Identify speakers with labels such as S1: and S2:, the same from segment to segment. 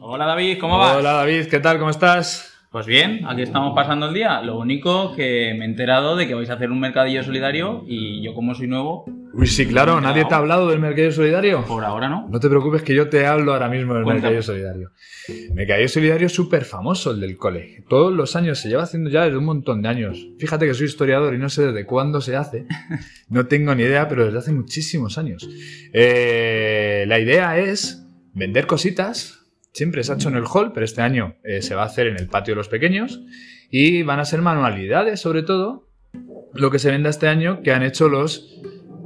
S1: Hola David, ¿cómo vas?
S2: Hola David, ¿qué tal? ¿Cómo estás?
S1: Pues bien, aquí estamos pasando el día. Lo único que me he enterado de que vais a hacer un mercadillo solidario y yo como soy nuevo,
S2: Uy, sí, claro,
S1: Claro.
S2: nadie te ha hablado del mercadillo solidario.
S1: por ahora no.
S2: No te preocupes que yo te hablo ahora mismo del
S1: Cuéntame.
S2: mercadillo solidario. Mercadillo solidario es súper famoso el del cole. Todos los años se lleva haciendo ya desde un montón de años. Fíjate que soy historiador y no sé desde cuándo se hace. No tengo ni idea, pero desde hace muchísimos años. Eh, la idea es vender cositas. Siempre se ha hecho en el hall, pero este año eh, se va a hacer en el patio de los pequeños. Y van a ser manualidades, sobre todo, lo que se venda este año que han hecho los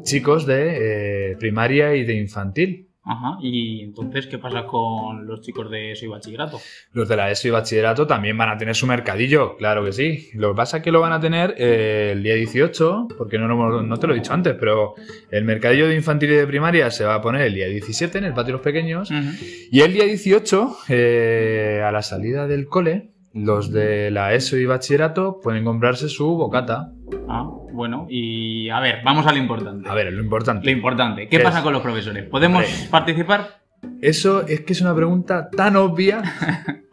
S2: chicos de eh, primaria y de infantil.
S1: Ajá. Y entonces, ¿qué pasa con los chicos de Soy Bachillerato?
S2: Los de la ESO y bachillerato también van a tener su mercadillo, claro que sí. Lo que pasa es que lo van a tener eh, el día 18, porque no, lo hemos- no te lo he dicho antes, pero el mercadillo de infantil y de primaria se va a poner el día 17 en el patio de los
S1: Mm.
S2: pequeños. Y el día 18, eh, a la salida del cole, los de la ESO y bachillerato pueden comprarse su bocata.
S1: Ah, bueno, y a ver, vamos a lo importante.
S2: A ver, lo
S1: Lo
S2: importante.
S1: importante, ¿qué,
S2: ¿Qué
S1: pasa
S2: es?
S1: con los profesores? ¿Podemos
S2: Hombre.
S1: participar?
S2: Eso es que es una pregunta tan obvia,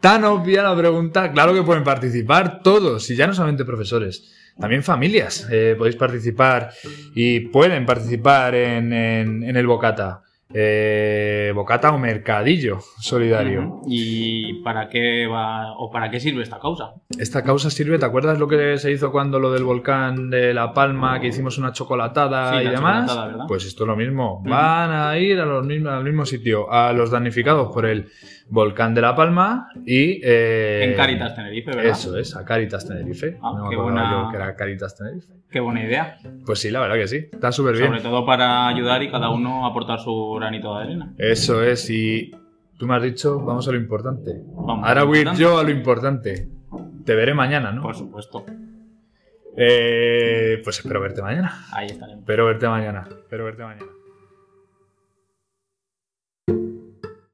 S2: tan obvia la pregunta. Claro que pueden participar todos, y ya no solamente profesores, también familias. eh, podéis participar y pueden participar en, en- en el bocata. Eh, bocata o mercadillo solidario.
S1: Ujú. ¿Y para qué va o para qué sirve esta causa?
S2: Esta causa sirve, ¿te acuerdas lo que se hizo cuando lo del volcán de La Palma, que hicimos una chocolatada
S1: Sí,
S2: Ah, y
S1: la
S2: demás?
S1: chocolatada, ¿verdad?
S2: pues esto es lo mismo. Van a ir a los mismos- al mismo sitio, a los damnificados por el volcán de La Palma y... eh,
S1: en Caritas Tenerife, ¿verdad?
S2: Eso es, a Caritas Tenerife.
S1: Ah,
S2: no me
S1: qué
S2: acordaba
S1: buena-
S2: yo que era Caritas Tenerife.
S1: Qué buena idea.
S2: Pues sí, la verdad que sí, está súper bien.
S1: Sobre todo para ayudar y cada uno aportar su granito de arena.
S2: Eso es, y tú me has dicho, vamos a lo importante.
S1: Vamos,
S2: Ahora
S1: lo
S2: voy a ir
S1: importante.
S2: yo a lo importante. Te veré mañana, ¿no?
S1: Por supuesto.
S2: Eh, pues espero verte mañana.
S1: Ahí estaremos.
S2: Espero verte mañana. Espero verte mañana.